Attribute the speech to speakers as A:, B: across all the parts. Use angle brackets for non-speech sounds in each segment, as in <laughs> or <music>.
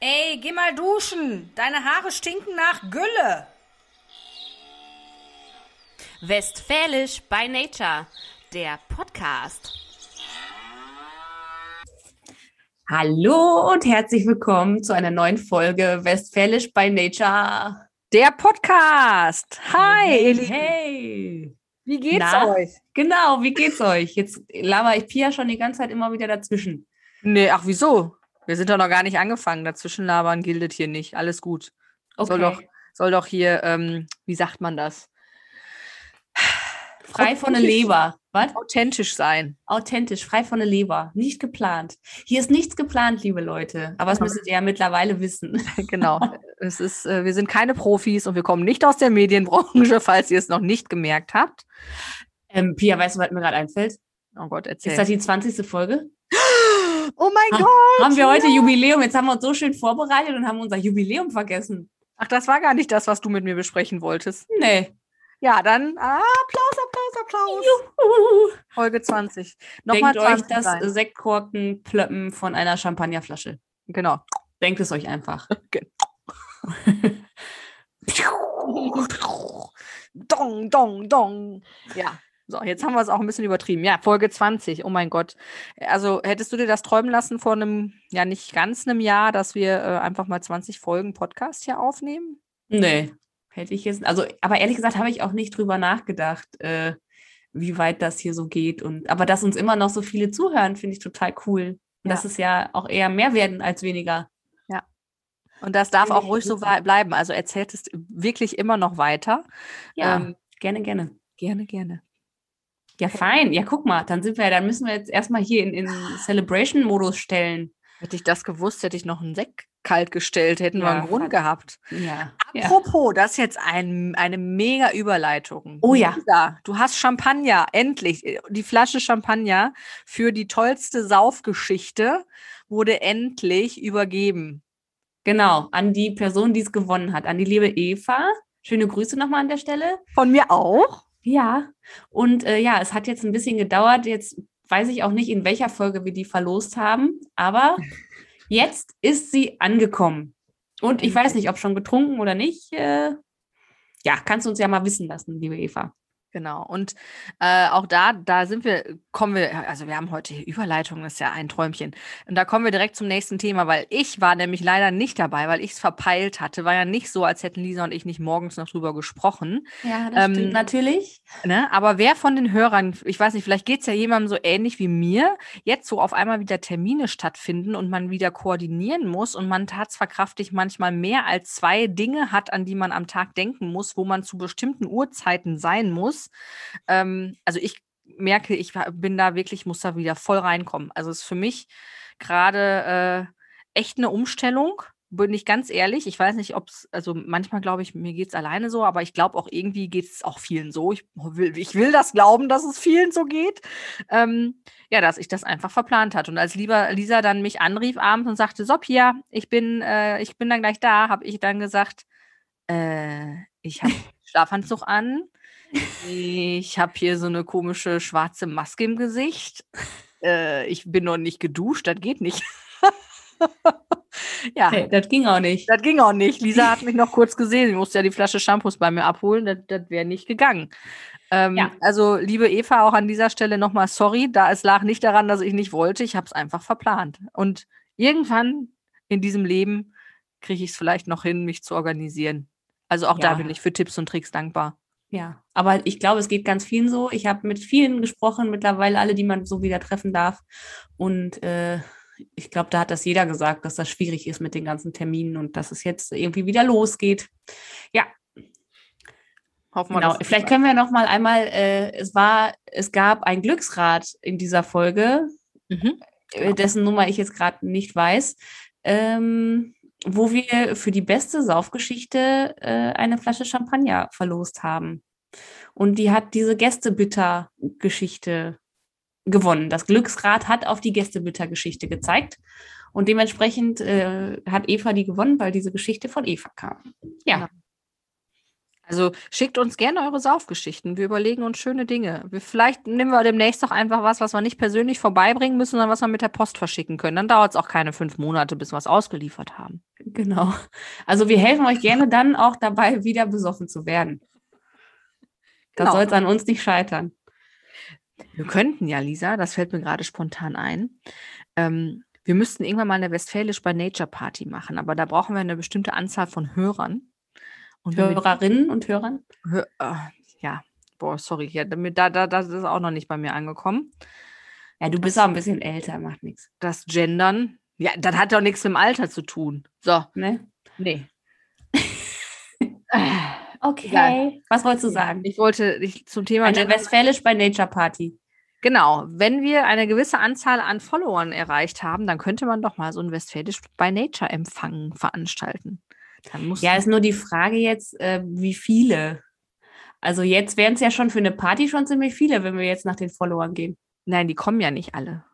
A: Ey, geh mal duschen. Deine Haare stinken nach Gülle.
B: Westfälisch by Nature, der Podcast.
C: Hallo und herzlich willkommen zu einer neuen Folge Westfälisch by Nature.
A: Der Podcast. Hi, ihr Lieben.
C: Hey!
A: Wie geht's
C: Na?
A: euch?
C: Genau, wie geht's euch? Jetzt laber ich Pia schon die ganze Zeit immer wieder dazwischen.
A: Nee, ach wieso? Wir sind doch noch gar nicht angefangen. Dazwischen labern giltet hier nicht. Alles gut. Soll doch, soll doch hier, ähm, wie sagt man das?
C: Frei
A: <laughs>
C: von der Leber. Was?
A: Authentisch sein. <laughs>
C: Authentisch, frei von der Leber. Nicht geplant. Hier ist nichts geplant, liebe Leute. Aber das müsstet ihr ja
A: <laughs>
C: mittlerweile wissen.
A: genau. Es ist, äh, wir sind keine Profis und wir kommen nicht aus der Medienbranche, <laughs> falls ihr es noch nicht gemerkt habt.
C: Ähm, Pia, weißt du, was mir gerade einfällt?
A: Oh Gott,
C: Ist
A: erzähl.
C: das die 20. Folge?
A: oh mein
C: Ha-
A: Gott!
C: Haben wir heute Jubiläum. Jetzt haben wir uns so schön vorbereitet und haben unser Jubiläum vergessen.
A: Ach, das war gar nicht das, was du mit mir besprechen wolltest.
C: Nee.
A: Ja, dann Applaus, Applaus, Applaus.
C: Juhu.
A: Folge 20. Nochmal
C: Denkt euch
A: 20
C: das
A: rein.
C: Sektkorken plöppen von einer Champagnerflasche.
A: Genau.
C: Denkt es euch einfach.
A: dong, dong, dong. Ja. So, jetzt haben wir es auch ein bisschen übertrieben. Ja, Folge 20. Oh mein Gott. Also hättest du dir das träumen lassen vor einem, ja nicht ganz einem Jahr, dass wir äh, einfach mal 20 Folgen Podcast hier aufnehmen?
C: Nee. Hätte ich jetzt. Also, aber ehrlich gesagt habe ich auch nicht drüber nachgedacht, äh, wie weit das hier so geht. Und, aber dass uns immer noch so viele zuhören, finde ich total cool.
A: Ja.
C: Und das ist ja auch eher mehr werden als weniger.
A: Und das darf
C: Finde
A: auch
C: ich
A: ruhig so
C: super.
A: wei- bleiben. Also erzählt es wirklich immer noch weiter.
C: Ja,
A: Ähm,
C: gerne, gerne.
A: gerne, gerne.
C: Ja, fein. Ja, guck mal, dann sind wir, dann müssen wir jetzt erstmal hier in, in
A: Ah.
C: Celebration-Modus stellen.
A: Hätte ich das gewusst, hätte ich noch einen Sekt kalt gestellt, hätten wir
C: Ja,
A: einen Grund
C: fast.
A: gehabt.
C: Ja. ja.
A: Apropos, das ist jetzt ein, eine mega Überleitung.
C: Oh ja.
A: Lisa, du hast Champagner, endlich. Die Flasche Champagner für die tollste Saufgeschichte wurde endlich übergeben.
C: Genau, an die Person, die es gewonnen hat, an die liebe Eva. Schöne Grüße nochmal an der Stelle.
A: Von mir auch?
C: Ja, und äh, ja, es hat jetzt ein bisschen gedauert. Jetzt weiß ich auch nicht, in welcher Folge wir die verlost haben, aber jetzt ist sie angekommen. Und ich weiß nicht, ob schon getrunken oder nicht. Äh, ja, kannst du uns ja mal wissen lassen, liebe Eva.
A: Genau. Und äh, auch da, da sind wir, kommen wir, also wir haben heute hier Überleitung, das ist ja ein Träumchen. Und da kommen wir direkt zum nächsten Thema, weil ich war nämlich leider nicht dabei, weil ich es verpeilt hatte. War ja nicht so, als hätten Lisa und ich nicht morgens noch drüber gesprochen.
C: Ja,
A: das stimmt
C: natürlich.
A: Ne? Aber wer von den Hörern, ich weiß nicht, vielleicht geht es ja jemandem so ähnlich wie mir, jetzt so auf einmal wieder Termine stattfinden und man wieder koordinieren muss und man tatsverkraftig manchmal mehr als zwei Dinge hat, an die man am Tag denken muss, wo man zu bestimmten Uhrzeiten sein muss. Ähm, also ich merke, ich wa- bin da wirklich, muss da wieder voll reinkommen. Also es ist für mich gerade äh, echt eine Umstellung. Bin ich ganz ehrlich, ich weiß nicht, ob es, also manchmal glaube ich, mir geht es alleine so, aber ich glaube auch irgendwie geht es auch vielen so. Ich will, ich will das glauben, dass es vielen so geht. Ähm, ja, dass ich das einfach verplant hatte. Und als lieber Lisa dann mich anrief abends und sagte, so Pia, ich bin, äh, ich bin dann gleich da, habe ich dann gesagt, äh, ich habe Schlafanzug an, ich habe hier so eine komische schwarze Maske im Gesicht. Äh, ich bin noch nicht geduscht, das geht nicht. <laughs> ja,
C: Hey, das ging auch nicht.
A: das ging auch nicht. Lisa <laughs> hat mich noch kurz gesehen. Ich musste ja die Flasche Shampoos bei mir abholen. Das, das wäre nicht gegangen. Ähm,
C: Ja.
A: Also, liebe Eva, auch an dieser Stelle nochmal sorry. Da es lag nicht daran, dass ich nicht wollte. Ich habe es einfach verplant. Und irgendwann in diesem Leben kriege ich es vielleicht noch hin, mich zu organisieren. Also auch da
C: Ja.
A: bin ich für Tipps und Tricks dankbar.
C: Ja, aber ich glaube, es geht ganz vielen so. Ich habe mit vielen gesprochen, mittlerweile alle, die man so wieder treffen darf. Und äh, ich glaube, da hat das jeder gesagt, dass das schwierig ist mit den ganzen Terminen und dass es jetzt irgendwie wieder losgeht.
A: Hoffen wir
C: Genau.
A: dass es
C: Vielleicht können wir noch mal einmal. Äh, es war, es gab ein Glücksrad in dieser Folge,
A: Mhm.
C: äh,
A: Genau.
C: dessen Nummer ich jetzt gerade nicht weiß, ähm, wo wir für die beste Saufgeschichte äh, eine Flasche Champagner verlost haben. Und die hat diese Gästebitter-Geschichte gewonnen. Das Glücksrad hat auf die Gästebitter-Geschichte gezeigt. Und dementsprechend äh, hat Eva die gewonnen, weil diese Geschichte von Eva kam. Ja.
A: Also schickt uns gerne eure Saufgeschichten. Wir überlegen uns schöne Dinge. Wir, vielleicht nehmen wir demnächst auch einfach was, was wir nicht persönlich vorbeibringen müssen, sondern was wir mit der Post verschicken können. Dann dauert es auch keine fünf Monate, bis wir es ausgeliefert haben.
C: Genau. Also wir helfen euch gerne dann auch dabei, wieder besoffen zu werden. Da
A: Genau.
C: soll es an uns nicht scheitern.
A: Wir könnten ja, Lisa, das fällt mir gerade spontan ein. Ähm, wir müssten irgendwann mal eine Westfälisch bei Nature Party machen, aber da brauchen wir eine bestimmte Anzahl von Hörern. Und wenn wir die
C: Hörerinnen und Hörern.
A: Hö- ah, ja, boah, sorry, ja, damit- da, da, das ist auch noch nicht bei mir angekommen.
C: Ja, du bist auch ein bisschen älter, macht nichts.
A: Das Gendern, ja, das hat doch nichts mit dem Alter zu tun. So,
C: Ne? <laughs>
A: nee.
C: Okay.
A: Egal.
C: Was wolltest du sagen?
A: Ich wollte ich, zum Thema
C: Eine
A: Gendern-
C: Westfälisch bei Nature Party.
A: Genau, wenn wir eine gewisse Anzahl an Followern erreicht haben, dann könnte man doch mal so ein Westfälisch bei Nature Empfang veranstalten. Dann muss
C: Ja, ist nur die Frage jetzt, äh, wie viele. Also jetzt wären es ja schon für eine Party schon ziemlich viele, wenn wir jetzt nach den Followern gehen.
A: nein, die kommen ja nicht alle.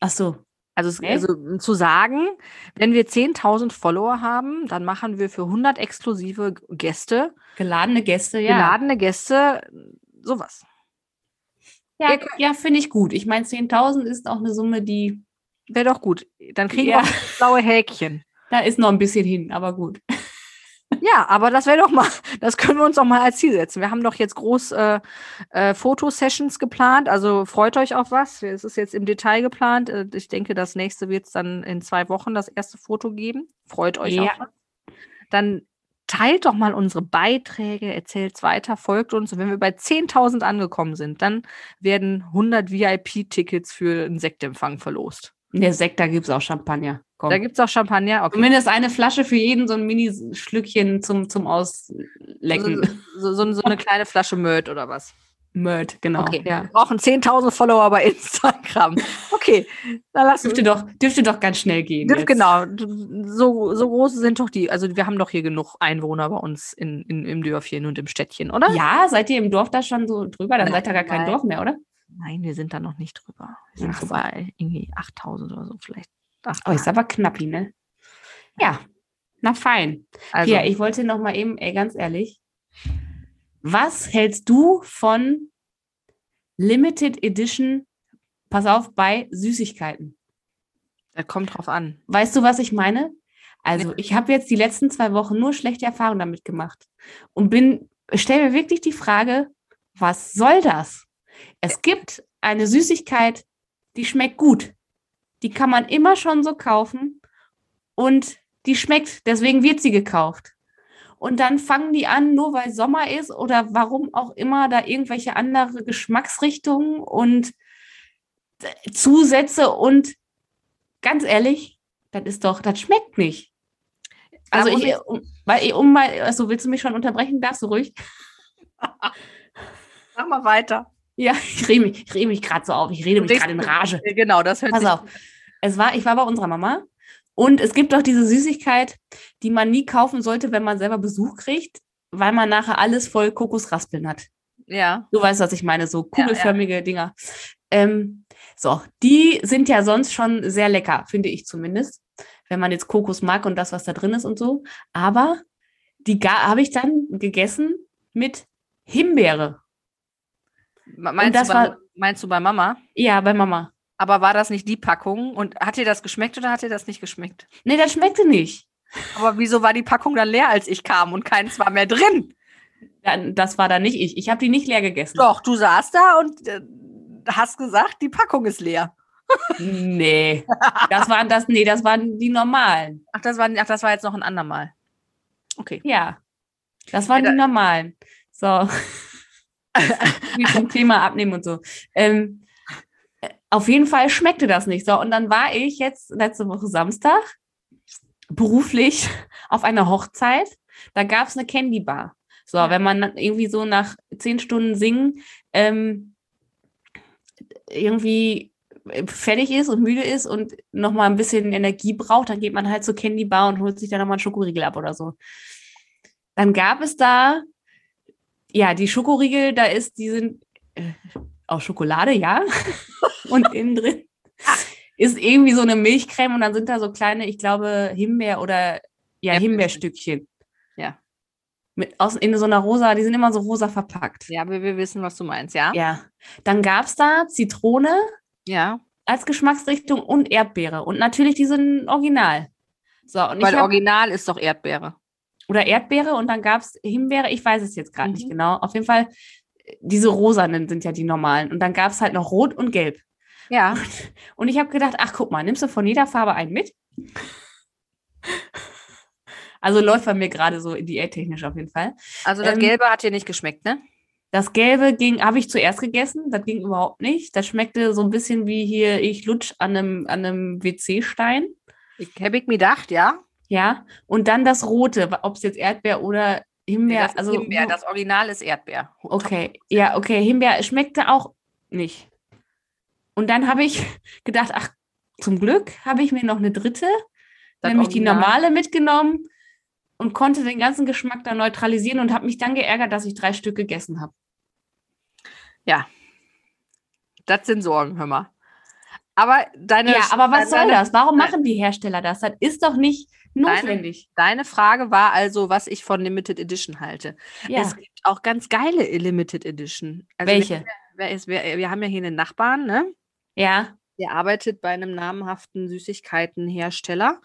C: Ach so.
A: Also, es,
C: Nee?
A: also um zu sagen, wenn wir 10.000 Follower haben, dann machen wir für 100 exklusive Gäste
C: Geladene Gäste, ja.
A: geladene Gäste, sowas.
C: Ja,
A: Ihr
C: ja finde ich gut. Ich meine, 10.000 ist auch eine Summe, die,
A: Wäre doch gut. Dann kriegen
C: Ja.
A: wir auch <laughs> blaue Häkchen.
C: da ist noch ein bisschen hin, aber gut.
A: Ja, aber das wäre doch mal, <laughs> das können wir uns doch mal als Ziel setzen. Wir haben doch jetzt groß äh, äh, Fotosessions geplant, also freut euch auf was. Es ist jetzt im Detail geplant. Äh, Ich denke, das nächste wird es dann in zwei Wochen das erste Foto geben. Freut euch
C: Ja.
A: auf was. Dann teilt doch mal unsere Beiträge, erzählt weiter, folgt uns. Und wenn wir bei 10.000 angekommen sind, dann werden 100 VIP-Tickets für einen Sektempfang verlost.
C: In der Sekt, da gibt es auch Champagner. Komm.
A: Da gibt es auch Champagner. Okay.
C: Zumindest eine Flasche für jeden, so ein Mini-Schlückchen zum, zum Auslecken. <laughs>
A: So, so, so eine kleine Flasche Möd oder was.
C: Mörd, genau.
A: Okay.
C: Ja.
A: Wir brauchen 10.000 Follower bei <laughs> Instagram. Okay, dann lassen
C: Dürfte,
A: wir.
C: doch, dürfte doch ganz schnell gehen.
A: Dürf,
C: jetzt.
A: genau, so, so groß sind doch die. Also, wir haben doch hier genug Einwohner bei uns in, in, im Dörfchen und im Städtchen, oder?
C: Ja, seid ihr im Dorf da schon so drüber? Dann seid ihr gar kein
A: ne? Nein.
C: Dorf mehr, oder?
A: Nein, wir sind da noch nicht drüber. Wir sind
C: Ach
A: so
C: so.
A: bei irgendwie 8.000 oder so vielleicht. Ach,
C: Oh, ist aber knappi, ne? Ja, na fein.
A: also,
C: ja, ich wollte noch mal eben, ey, ganz ehrlich, was hältst du von Limited Edition, pass auf, bei Süßigkeiten?
A: das kommt drauf an.
C: Weißt du, was ich meine? Also, ich habe jetzt die letzten zwei Wochen nur schlechte Erfahrungen damit gemacht und bin, stelle mir wirklich die Frage, was soll das? Es gibt eine Süßigkeit, die schmeckt gut. Die kann man immer schon so kaufen und die schmeckt, deswegen wird sie gekauft. Und dann fangen die an, nur weil Sommer ist oder warum auch immer, da irgendwelche andere Geschmacksrichtungen und äh, Zusätze und ganz ehrlich, das ist doch, das schmeckt nicht.
A: Da
C: Also
A: muss
C: ich, um, weil ich, um mal, also willst du mich schon unterbrechen? Darfst du ruhig?
A: Mach mal weiter.
C: Ja, <laughs> ich rede mich, ich rede mich gerade so auf. Ich rede mich
A: Richtig.
C: gerade in Rage.
A: Genau, das hört
C: <laughs> Pass
A: sich.
C: auf. Es war, ich war bei unserer Mama und es gibt doch diese Süßigkeit, die man nie kaufen sollte, wenn man selber Besuch kriegt, weil man nachher alles voll Kokosraspeln hat.
A: Ja.
C: Du weißt, was ich meine, so
A: Ja, ja.
C: kugelförmige Dinger. Ähm, so, die sind ja sonst schon sehr lecker, finde ich zumindest, wenn man jetzt Kokos mag und das, was da drin ist und so. Aber die ga- habe ich dann gegessen mit Himbeere.
A: Me- Meinst,
C: das
A: du bei,
C: war-
A: meinst du bei Mama?
C: Ja, bei Mama.
A: Aber war das nicht die Packung? Und hat dir das geschmeckt oder hat dir das nicht geschmeckt?
C: Nee, das schmeckte nicht.
A: Aber wieso war die Packung dann leer, als ich kam und keins war mehr drin?
C: Dann- Das war dann nicht ich. Ich habe die nicht leer gegessen.
A: Doch, du saßt da und äh, hast gesagt, die Packung ist leer.
C: Nee, das waren das, nee, das waren die normalen.
A: Ach, das war, ach, das war jetzt noch ein andermal. Okay.
C: Ja. Das waren
A: Ja,
C: die
A: da-
C: normalen.
A: <laughs>
C: So. Wie zum Thema abnehmen und so. Ähm, äh, auf jeden Fall schmeckte das nicht. So, und dann war ich jetzt letzte Woche Samstag beruflich auf einer Hochzeit. Da gab es eine Candy Bar. So,
A: Ja.
C: wenn man irgendwie so nach zehn Stunden singen ähm, irgendwie äh, fertig ist und müde ist und noch mal ein bisschen Energie braucht, dann geht man halt zur Candy Bar und holt sich da noch mal einen Schokoriegel ab oder so. Dann gab es da ja die Schokoriegel, da ist die sind äh, aus Schokolade, ja, <laughs> und innen drin ist irgendwie so eine Milchcreme und dann sind da so kleine, ich glaube Himbeer oder ja
A: Äpfelchen.
C: Himbeerstückchen.
A: Ja.
C: Mit aus in so einer rosa, die sind immer so rosa verpackt.
A: Ja, wir, wir wissen, was du meinst, ja?
C: Ja. Dann gab es da Zitrone
A: Ja.
C: als Geschmacksrichtung und Erdbeere. Und natürlich die sind original. So, und
A: Weil
C: ich hab,
A: original ist doch Erdbeere.
C: oder Erdbeere und dann gab es Himbeere, ich weiß es jetzt gerade
A: Mhm.
C: nicht genau. Auf jeden Fall, äh, diese rosanen sind ja die normalen. Und dann gab es halt noch Rot und Gelb.
A: Ja.
C: Und ich habe gedacht, ach guck mal, nimmst du von jeder Farbe einen
A: <laughs>
C: mit? Also läuft bei mir gerade so diättechnisch auf jeden Fall.
A: Also das
C: Ähm,
A: Gelbe hat dir nicht geschmeckt, ne?
C: Das Gelbe ging, habe ich zuerst gegessen, das ging überhaupt nicht. Das schmeckte so ein bisschen wie hier, ich lutsch an einem, an einem WC-Stein.
A: Ich, hab ich mir gedacht, ja.
C: Ja, und dann das Rote, ob es jetzt Erdbeer oder
A: Nee,
C: Himbeer,
A: das ist
C: also
A: Himbeer. Das Original ist Erdbeer.
C: okay, ja, okay, Himbeer schmeckte auch nicht. Und dann habe ich <laughs> gedacht, ach, zum Glück habe ich mir noch eine dritte,
A: Das
C: nämlich die
A: Original.
C: normale mitgenommen und konnte den ganzen Geschmack dann neutralisieren und habe mich dann geärgert, dass ich drei Stück gegessen habe.
A: Das sind Sorgen, hör mal. Aber deine,
C: Ja, aber was soll
A: deine,
C: das? Warum
A: nein.
C: machen die Hersteller das? Das ist doch nicht
A: Nein.
C: notwendig.
A: Deine Frage war also, was ich von Limited Edition halte.
C: Ja.
A: Es gibt auch ganz geile Limited Edition. Also
C: Welche?
A: Wer ist, wer, äh, wir haben ja hier einen Nachbarn, ne?
C: Ja,
A: Der arbeitet bei einem namhaften Süßigkeitenhersteller.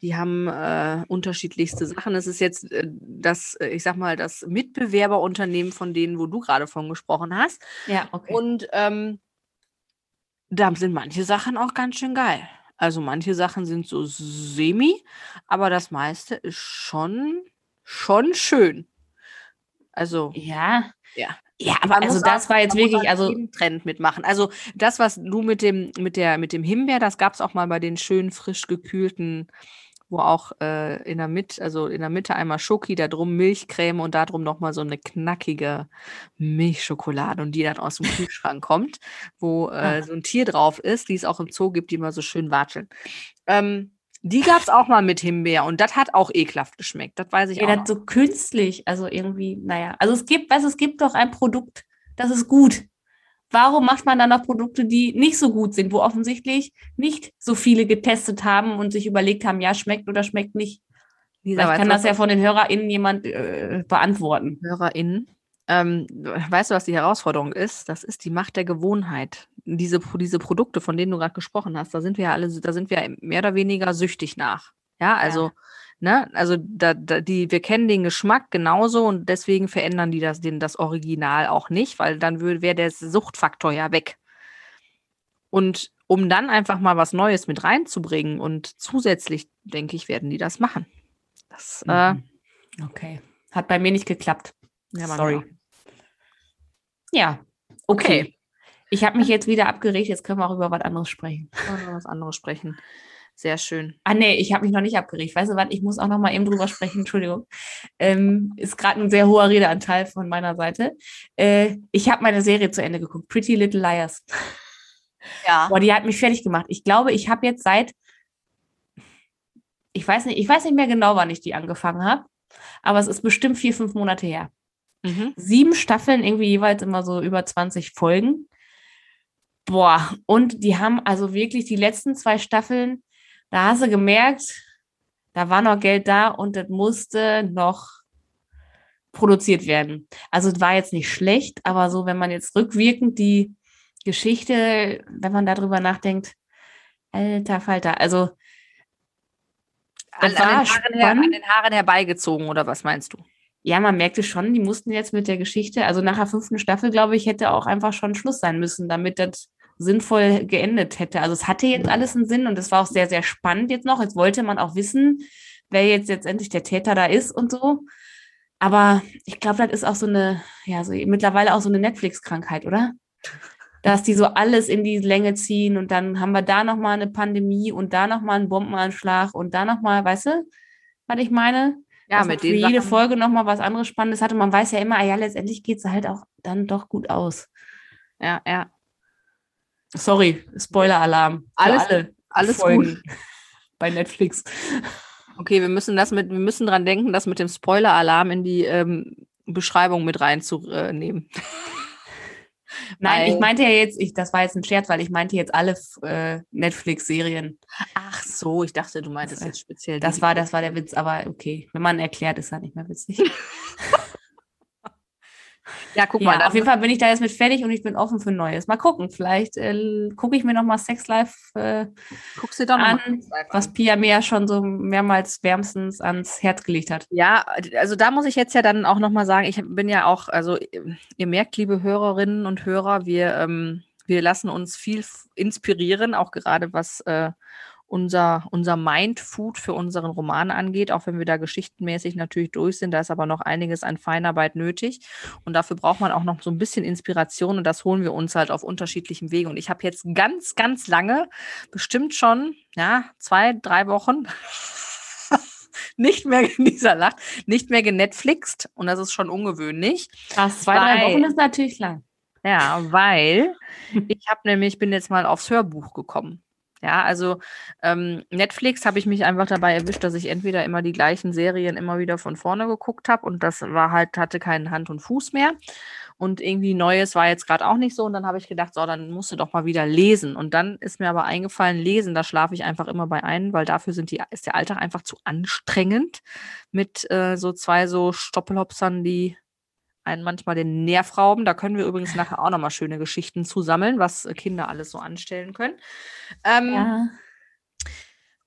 A: Die haben äh, unterschiedlichste Sachen. Es ist jetzt äh, das, äh, ich sag mal, das Mitbewerberunternehmen von denen, wo du gerade von gesprochen hast.
C: ja, okay.
A: Und ähm, da sind manche Sachen auch ganz schön geil. Also manche Sachen sind so semi, aber das meiste ist schon, schon schön. Also
C: ja.
A: Ja.
C: Ja, aber
A: Man
C: also
A: muss
C: das
A: auch-
C: war jetzt
A: man muss
C: wirklich,
A: auch
C: also
A: jeden Trend mitmachen. Also das, was du mit dem, mit der, mit dem Himbeer, das gab es auch mal bei den schönen frisch gekühlten, wo auch äh, in der Mitte, also in der Mitte einmal Schoki, da drum Milchcreme und da drum nochmal so eine knackige Milchschokolade und die dann aus dem Kühlschrank kommt, wo äh,
C: Ah.
A: so ein Tier drauf ist, die es auch im Zoo gibt, die immer so schön watscheln. Ähm, die gab es auch mal mit Himbeer und das hat auch ekelhaft geschmeckt. Das weiß ich
C: Ja,
A: auch.
C: das
A: Noch.
C: so künstlich, also irgendwie, naja. Also es gibt, weißt du, es gibt doch ein Produkt, das ist gut. Warum macht man dann noch Produkte, die nicht so gut sind, wo offensichtlich nicht so viele getestet haben und sich überlegt haben, ja, schmeckt oder schmeckt nicht?
A: Lisa,
C: Vielleicht
A: weißt
C: kann
A: du,
C: das
A: was
C: ja von den HörerInnen jemand äh, beantworten.
A: HörerInnen. Ähm, weißt du, was die Herausforderung ist? Das ist die Macht der Gewohnheit. Diese, Pro- diese Produkte, von denen du gerade gesprochen hast, da sind wir ja alle, da sind wir mehr oder weniger süchtig nach. Ja, also, ne, also da, da, die, wir kennen den Geschmack genauso und deswegen verändern die das, den, das Original auch nicht, weil dann wäre der Suchtfaktor ja weg. Und um dann einfach mal was Neues mit reinzubringen und zusätzlich, denke ich, werden die das machen. Das, äh, ja,
C: Mhm. Okay. Hat bei mir nicht geklappt.
A: man
C: Sorry. Ja. Okay.
A: Okay.
C: Ich habe mich jetzt wieder abgeregt, jetzt können wir auch über was anderes sprechen.
A: Wollen wir über was anderes sprechen. Sehr schön.
C: Ah nee, ich habe mich noch nicht abgeregt. Weißt du was, ich muss auch noch mal eben drüber sprechen, Entschuldigung. Ähm, ist gerade ein sehr hoher Redeanteil von meiner Seite. Äh, ich habe meine Serie zu Ende geguckt, Pretty Little Liars.
A: Ja.
C: Boah, die hat mich fertig gemacht. Ich glaube, ich habe jetzt seit, ich weiß nicht, ich weiß nicht mehr genau, wann ich die angefangen habe, aber es ist bestimmt vier, fünf Monate her.
A: Mhm.
C: Sieben Staffeln, irgendwie jeweils immer so über 20 Folgen. Boah, und die haben also wirklich die letzten zwei Staffeln, da hast du gemerkt, da war noch Geld da und das musste noch produziert werden. Also es war jetzt nicht schlecht, aber so, wenn man jetzt rückwirkend die Geschichte, wenn man darüber nachdenkt, alter Falter, also
A: An,
C: Das war
A: an, den Haaren her, an
C: spannend.
A: den Haaren herbeigezogen, oder was meinst du?
C: ja, man merkte schon, die mussten jetzt mit der Geschichte, also nach der fünften Staffel, glaube ich, hätte auch einfach schon Schluss sein müssen, damit das sinnvoll geendet hätte. Also es hatte jetzt alles einen Sinn und es war auch sehr, sehr spannend jetzt noch. Jetzt wollte man auch wissen, wer jetzt letztendlich der Täter da ist und so. Aber ich glaube, das ist auch so eine, ja, so mittlerweile auch so eine Netflix-Krankheit, oder? Dass die so alles in die Länge ziehen und dann haben wir da nochmal eine Pandemie und da nochmal einen Bombenanschlag und da nochmal, weißt du, was ich meine? dass man für
A: den
C: jede
A: Sachen-
C: Folge nochmal was anderes Spannendes hatte. Man weiß ja immer, ah ja, letztendlich geht es halt auch dann doch gut aus.
A: Ja, ja.
C: Sorry, Spoiler-Alarm. für
A: Alles-
C: alle
A: Alles
C: Folgen <laughs>
A: gut.
C: bei Netflix.
A: Okay, wir müssen das mit, wir müssen dran denken, das mit dem Spoiler-Alarm in die ähm, Beschreibung mit äh, reinzunehmen.
C: Nein,
A: Weil-
C: ich meinte ja jetzt, ich, das war jetzt ein Scherz, weil ich meinte jetzt alle äh, Netflix-Serien.
A: Ach so, ich dachte, du meintest
C: Das-
A: jetzt speziell.
C: Das
A: die-
C: war, das war
A: <laughs>
C: der Witz, aber okay. Wenn man erklärt, ist er nicht mehr witzig.
A: Ja, guck mal.
C: ja,
A: dann-
C: auf jeden Fall bin ich da jetzt mit fertig und ich bin offen für Neues. Mal gucken, vielleicht äh, gucke ich mir nochmal Sex Life äh,
A: Guckst du dir doch noch mal
C: an,
A: das live
C: was
A: an.
C: Pia mir ja schon so mehrmals wärmstens ans Herz gelegt hat.
A: Ja, also da muss ich jetzt ja dann auch nochmal sagen, ich bin ja auch, also ihr merkt, liebe Hörerinnen und Hörer, wir, ähm, wir lassen uns viel f- inspirieren, auch gerade was äh, unser, unser Mindfood für unseren Roman angeht, auch wenn wir da geschichtenmäßig natürlich durch sind. Da ist aber noch einiges an Feinarbeit nötig. Und dafür braucht man auch noch so ein bisschen Inspiration und das holen wir uns halt auf unterschiedlichen Wegen. Und ich habe jetzt ganz, ganz lange, bestimmt schon, ja, zwei, drei Wochen. <laughs> Nicht mehr <laughs> dieser Lacht, nicht mehr genetflixt und das ist schon ungewöhnlich.
C: Krass, zwei, drei
A: Weil-
C: Wochen ist natürlich lang.
A: Ja, weil ich habe nämlich, bin jetzt mal aufs Hörbuch gekommen. Ja, also ähm, Netflix habe ich mich einfach dabei erwischt, dass ich entweder immer die gleichen Serien immer wieder von vorne geguckt habe und das war halt, hatte keinen Hand und Fuß mehr. Und irgendwie Neues war jetzt gerade auch nicht so. Und dann habe ich gedacht, so, dann musst du doch mal wieder lesen. Und dann ist mir aber eingefallen, lesen, da schlafe ich einfach immer bei ein, weil dafür sind die, ist der Alltag einfach zu anstrengend mit äh, so zwei so Stoppelhopsern, die einen manchmal den Nerv rauben. Da können wir übrigens nachher auch nochmal schöne Geschichten zusammeln, was äh, Kinder alles so anstellen können. Ähm,
C: Ja.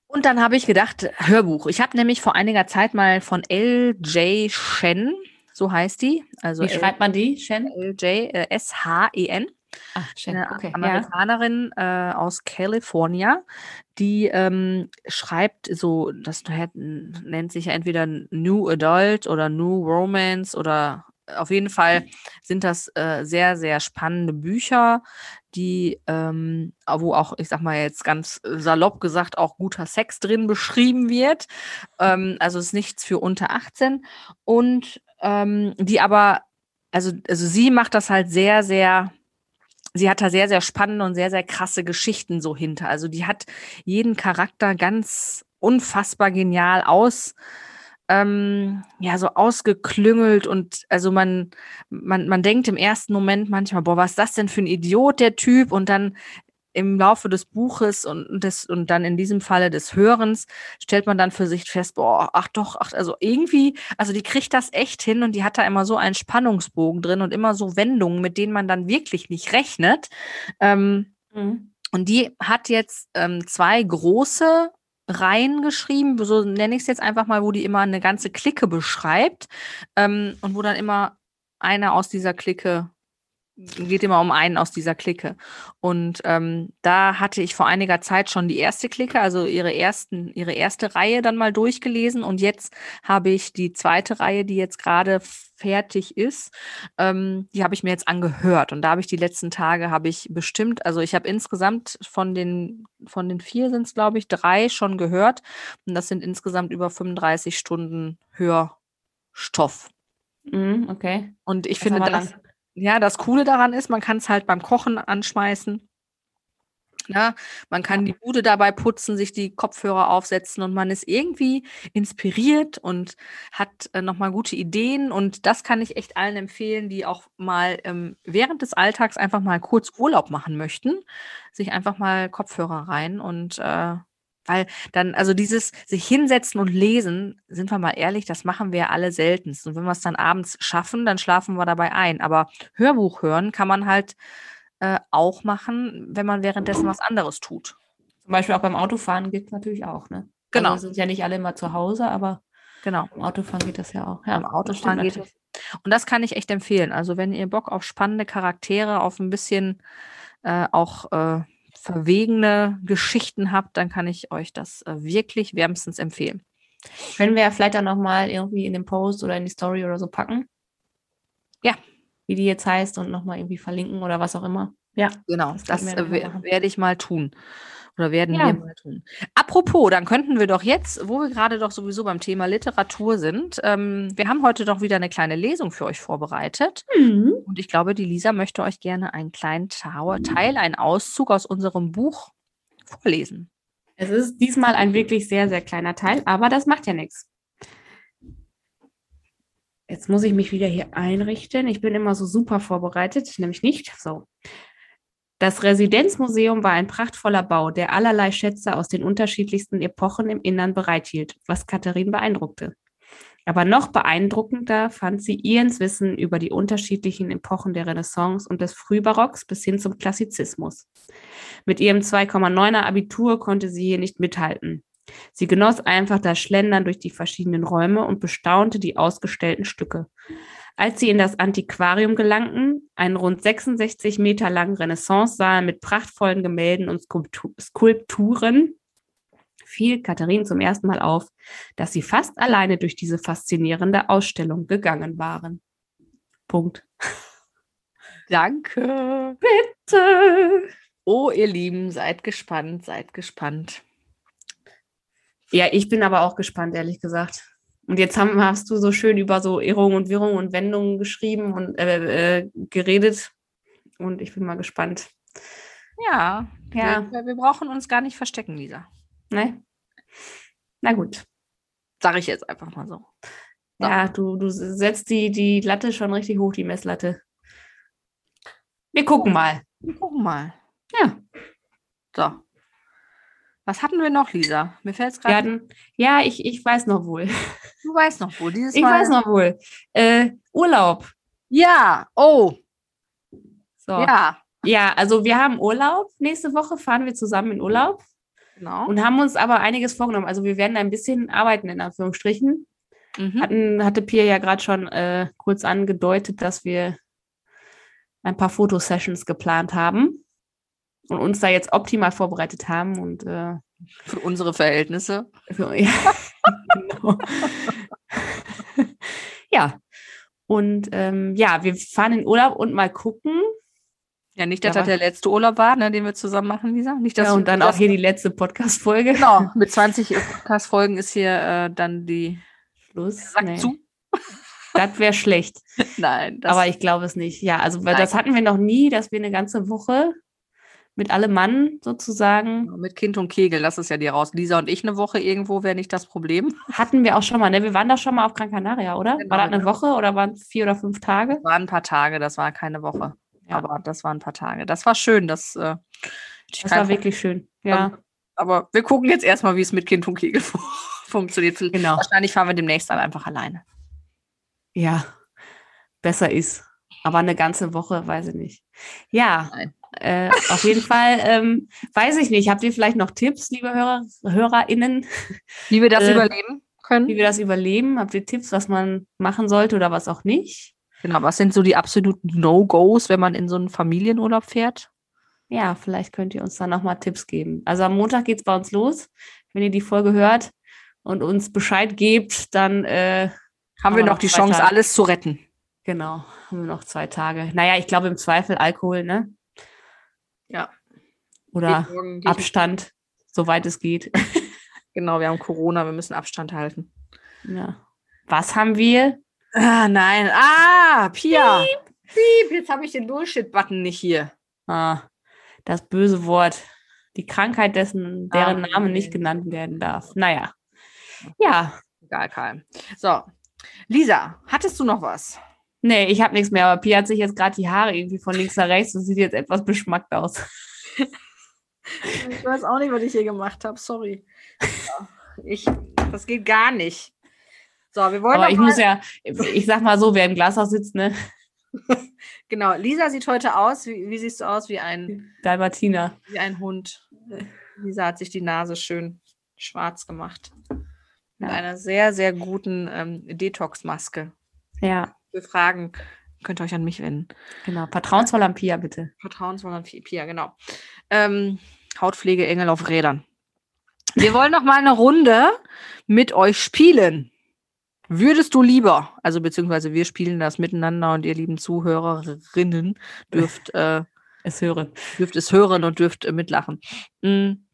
A: und dann habe ich gedacht, Hörbuch. Ich habe nämlich vor einiger Zeit mal von L.J. Shen, so heißt die, also
C: Wie schreibt man die? Shen?
A: LJ, äh, S-H-E-N,
C: Ach, Shen,
A: eine
C: okay. Ja.
A: Amerikanerin äh, aus California, die ähm, schreibt so, das n- nennt sich ja entweder New Adult oder New Romance oder äh, auf jeden Fall sind das äh, sehr, sehr spannende Bücher, die, ähm, wo auch, ich sag mal jetzt ganz salopp gesagt, auch guter Sex drin beschrieben wird. Ähm, also ist nichts für unter 18 und ähm, die aber, also, also sie macht das halt sehr, sehr, sie hat da sehr, sehr spannende und sehr, sehr krasse Geschichten so hinter. Also die hat jeden Charakter ganz unfassbar genial aus, ähm, ja, so ausgeklüngelt und also man, man, man denkt im ersten Moment manchmal, boah, was ist das denn für ein Idiot, der Typ? Und dann im Laufe des Buches und des, und dann in diesem Falle des Hörens stellt man dann für sich fest, boah, ach doch, ach, also irgendwie, also die kriegt das echt hin und die hat da immer so einen Spannungsbogen drin und immer so Wendungen, mit denen man dann wirklich nicht rechnet. Ähm,
C: Mhm.
A: und die hat jetzt ähm, zwei große Reihen geschrieben, so nenne ich es jetzt einfach mal, wo die immer eine ganze Clique beschreibt ähm, und wo dann immer einer aus dieser Clique geht immer um einen aus dieser Clique. Und ähm, da hatte ich vor einiger Zeit schon die erste Clique, also ihre ersten, ihre erste Reihe dann mal durchgelesen und jetzt habe ich die zweite Reihe, die jetzt gerade fertig ist, ähm, die habe ich mir jetzt angehört und da habe ich die letzten Tage habe ich bestimmt, also ich habe insgesamt von den von den vier sind es glaube ich drei schon gehört und das sind insgesamt über 35 Stunden Hörstoff
C: Mhm, okay.
A: und ich
C: Das
A: finde
C: aber
A: das ja das Coole daran ist, man kann es halt beim Kochen anschmeißen Ne? Man kann die Bude dabei putzen, sich die Kopfhörer aufsetzen und man ist irgendwie inspiriert und hat äh, nochmal gute Ideen. Und das kann ich echt allen empfehlen, die auch mal ähm, während des Alltags einfach mal kurz Urlaub machen möchten. Sich einfach mal Kopfhörer rein und äh, weil dann, also dieses sich hinsetzen und lesen, sind wir mal ehrlich, das machen wir alle seltenst. Und wenn wir es dann abends schaffen, dann schlafen wir dabei ein. Aber Hörbuch hören kann man halt äh, auch machen, wenn man währenddessen was anderes tut.
C: Zum Beispiel auch beim Autofahren geht es natürlich auch, ne?
A: Genau.
C: Also sind ja nicht alle immer zu Hause, aber
A: Genau.
C: beim Autofahren geht das ja auch. Ja,
A: Beim
C: das
A: Autofahren
C: stimmt
A: geht es. Und das kann ich echt empfehlen. Also wenn ihr Bock auf spannende Charaktere, auf ein bisschen äh, auch äh, verwegene Geschichten habt, dann kann ich euch das äh, wirklich wärmstens empfehlen.
C: natürlich. Können wir ja vielleicht dann nochmal irgendwie in den Post oder in die Story oder so packen.
A: Ja.
C: Wie die jetzt heißt und nochmal irgendwie verlinken oder was auch immer. Ja.
A: Genau,
C: Das
A: das,
C: können wir
A: äh,
C: nachher
A: wer-
C: machen.
A: werde ich mal tun. Oder werden
C: Ja.
A: wir mal tun. Apropos, dann könnten wir doch jetzt, wo wir gerade doch sowieso beim Thema Literatur sind, ähm, wir haben heute doch wieder eine kleine Lesung für euch vorbereitet.
C: Mhm.
A: Und ich glaube, die Lisa möchte euch gerne einen kleinen Tau- Teil, einen Auszug aus unserem Buch vorlesen.
C: Es ist diesmal ein wirklich sehr, sehr kleiner Teil, aber das macht ja nichts. Jetzt muss ich mich wieder hier einrichten. Ich bin immer so super vorbereitet, nämlich nicht. So. Das Residenzmuseum war ein prachtvoller Bau, der allerlei Schätze aus den unterschiedlichsten Epochen im Innern bereithielt, was Katharin beeindruckte. Aber noch beeindruckender fand sie Ians Wissen über die unterschiedlichen Epochen der Renaissance und des Frühbarocks bis hin zum Klassizismus. Mit ihrem 2,9er Abitur konnte sie hier nicht mithalten. Sie genoss einfach das Schlendern durch die verschiedenen Räume und bestaunte die ausgestellten Stücke. Als sie in das Antiquarium gelangten, einen rund 66 Meter langen Renaissance-Saal mit prachtvollen Gemälden und Skulptu Skulpturen, fiel Katharinen zum ersten Mal auf, dass sie fast alleine durch diese faszinierende Ausstellung gegangen waren. Punkt.
A: Danke.
C: Bitte.
A: Oh, ihr Lieben, seid gespannt, seid gespannt.
C: Ja, ich bin aber auch gespannt, ehrlich gesagt. Und jetzt haben, hast du so schön über so Irrungen und Wirrungen und Wendungen geschrieben und äh, äh, geredet. Und ich bin mal gespannt.
A: Ja,
C: Ja.
A: Wir, wir brauchen uns gar nicht verstecken, Lisa.
C: Ne? Na gut.
A: Sage ich jetzt einfach mal so. So.
C: Ja, du, du setzt die, die Latte schon richtig hoch, die Messlatte. Wir gucken mal.
A: Wir gucken mal.
C: Ja.
A: So. Was hatten wir noch, Lisa? Mir fällt es
C: Wir
A: gerade.
C: hatten, ja, ich, ich weiß noch wohl.
A: Du weißt noch, wo dieses
C: Ich
A: Mal.
C: weiß noch wohl. Äh, Urlaub.
A: Ja. Oh,
C: So.
A: ja.
C: ja, also wir haben Urlaub. Nächste Woche fahren wir zusammen in Urlaub.
A: Genau.
C: und haben uns aber einiges vorgenommen. Also wir werden ein bisschen arbeiten, in Anführungsstrichen.
A: Mhm.
C: Hatten, hatte Pia ja gerade schon äh, kurz angedeutet, dass wir ein paar Fotosessions geplant haben und uns da jetzt optimal vorbereitet haben. Und äh,
A: Für unsere Verhältnisse.
C: für, <laughs> ja, genau. <laughs> ja. Und ähm, ja, wir fahren in Urlaub und mal gucken.
A: Ja, nicht, dass
C: Ja,
A: das der letzte Urlaub war, ne, den wir zusammen machen, Lisa. Nicht, dass
C: Ja,
A: du-
C: und dann
A: dass- <laughs>
C: auch hier die letzte Podcast-Folge.
A: Genau, mit 20 Podcast-Folgen ist hier äh, dann die
C: Schluss.
A: Sack
C: Nee,
A: zu.
C: das wäre schlecht.
A: Nein, das
C: Aber ich glaube es nicht. Ja, also weil
A: Nein.
C: das hatten wir noch nie, dass wir eine ganze Woche mit allem Mann sozusagen
A: mit Kind und Kegel, das ist ja die raus. Lisa und ich eine Woche irgendwo wäre nicht das Problem.
C: hatten wir auch schon mal. Ne, wir waren doch schon mal auf Gran Canaria, oder?
A: Genau,
C: War das eine
A: ja.
C: Woche oder waren es vier oder fünf Tage?
A: War ein paar Tage, das war keine Woche.
C: Ja.
A: Aber das waren ein paar Tage. Das war schön, das, äh, hätte ich
C: Das
A: kein
C: war
A: Problem.
C: wirklich schön. Ja,
A: Aber wir gucken jetzt erstmal, wie es mit Kind und Kegel fu- <laughs> funktioniert.
C: genau.
A: Wahrscheinlich fahren wir demnächst dann einfach alleine.
C: Ja, besser ist. Aber eine ganze Woche, weiß ich nicht. Ja,
A: Nein.
C: äh,
A: <laughs>
C: auf jeden Fall, ähm, weiß ich nicht. Habt ihr vielleicht noch Tipps, liebe Hörer, HörerInnen,
A: Wie wir das
C: Äh,
A: überleben
C: wie
A: können.
C: wir das überleben? Habt ihr Tipps, was man machen sollte oder was auch nicht?
A: Genau, was sind so die absoluten No-Gos, wenn man in so einen Familienurlaub fährt?
C: Ja, vielleicht könnt ihr uns da nochmal Tipps geben. Also am Montag geht's bei uns los. Wenn ihr die Folge hört und uns Bescheid gebt, dann äh,
A: Haben wir noch die
C: zwei
A: Chance,
C: Tage.
A: alles zu retten?
C: genau, haben wir noch zwei Tage. Naja, ich glaube im Zweifel Alkohol, ne?
A: Ja.
C: Oder
A: Geht morgen, geht
C: Abstand, soweit es geht. <laughs>
A: Genau, wir haben Corona, wir müssen Abstand halten.
C: ja. Was haben wir?
A: Ah, nein. Ah, Pia. Piep, piep. Jetzt habe ich den Bullshit-Button nicht hier.
C: Ah, das böse Wort. Die Krankheit dessen, deren
A: Ah,
C: Name nicht
A: nee.
C: genannt werden darf. Naja. Ja,
A: Egal, Karl. So. Lisa, hattest du noch was?
C: nee, ich habe nichts mehr, aber Pia hat sich jetzt gerade die Haare irgendwie von links nach rechts und sieht jetzt etwas beschmackt aus.
A: Ich weiß auch nicht, was ich hier gemacht habe. Sorry. Ich, das geht gar nicht. So, wir wollen
C: Aber
A: noch
C: ich
A: mal-
C: muss ja, ich sag mal so, wer im Glashaus sitzt, ne?
A: Genau, Lisa sieht heute aus. Wie, wie siehst du aus? Wie ein,
C: Dalmatiner.
A: wie ein Hund. Lisa hat sich die Nase schön schwarz gemacht. Mit
C: Ja.
A: einer sehr, sehr guten ähm, Detox-Maske.
C: Ja,
A: Für Fragen könnt ihr euch an mich wenden.
C: genau. Vertrauensvoll am Pia, bitte.
A: Vertrauensvoll an Pia, genau. Ähm, Hautpflege Engel auf Rädern. Wir wollen noch mal eine Runde mit euch spielen. Würdest du lieber, also beziehungsweise wir spielen das miteinander und ihr lieben Zuhörerinnen dürft, äh,
C: Es höre.
A: dürft es hören und dürft äh, mitlachen. Mm.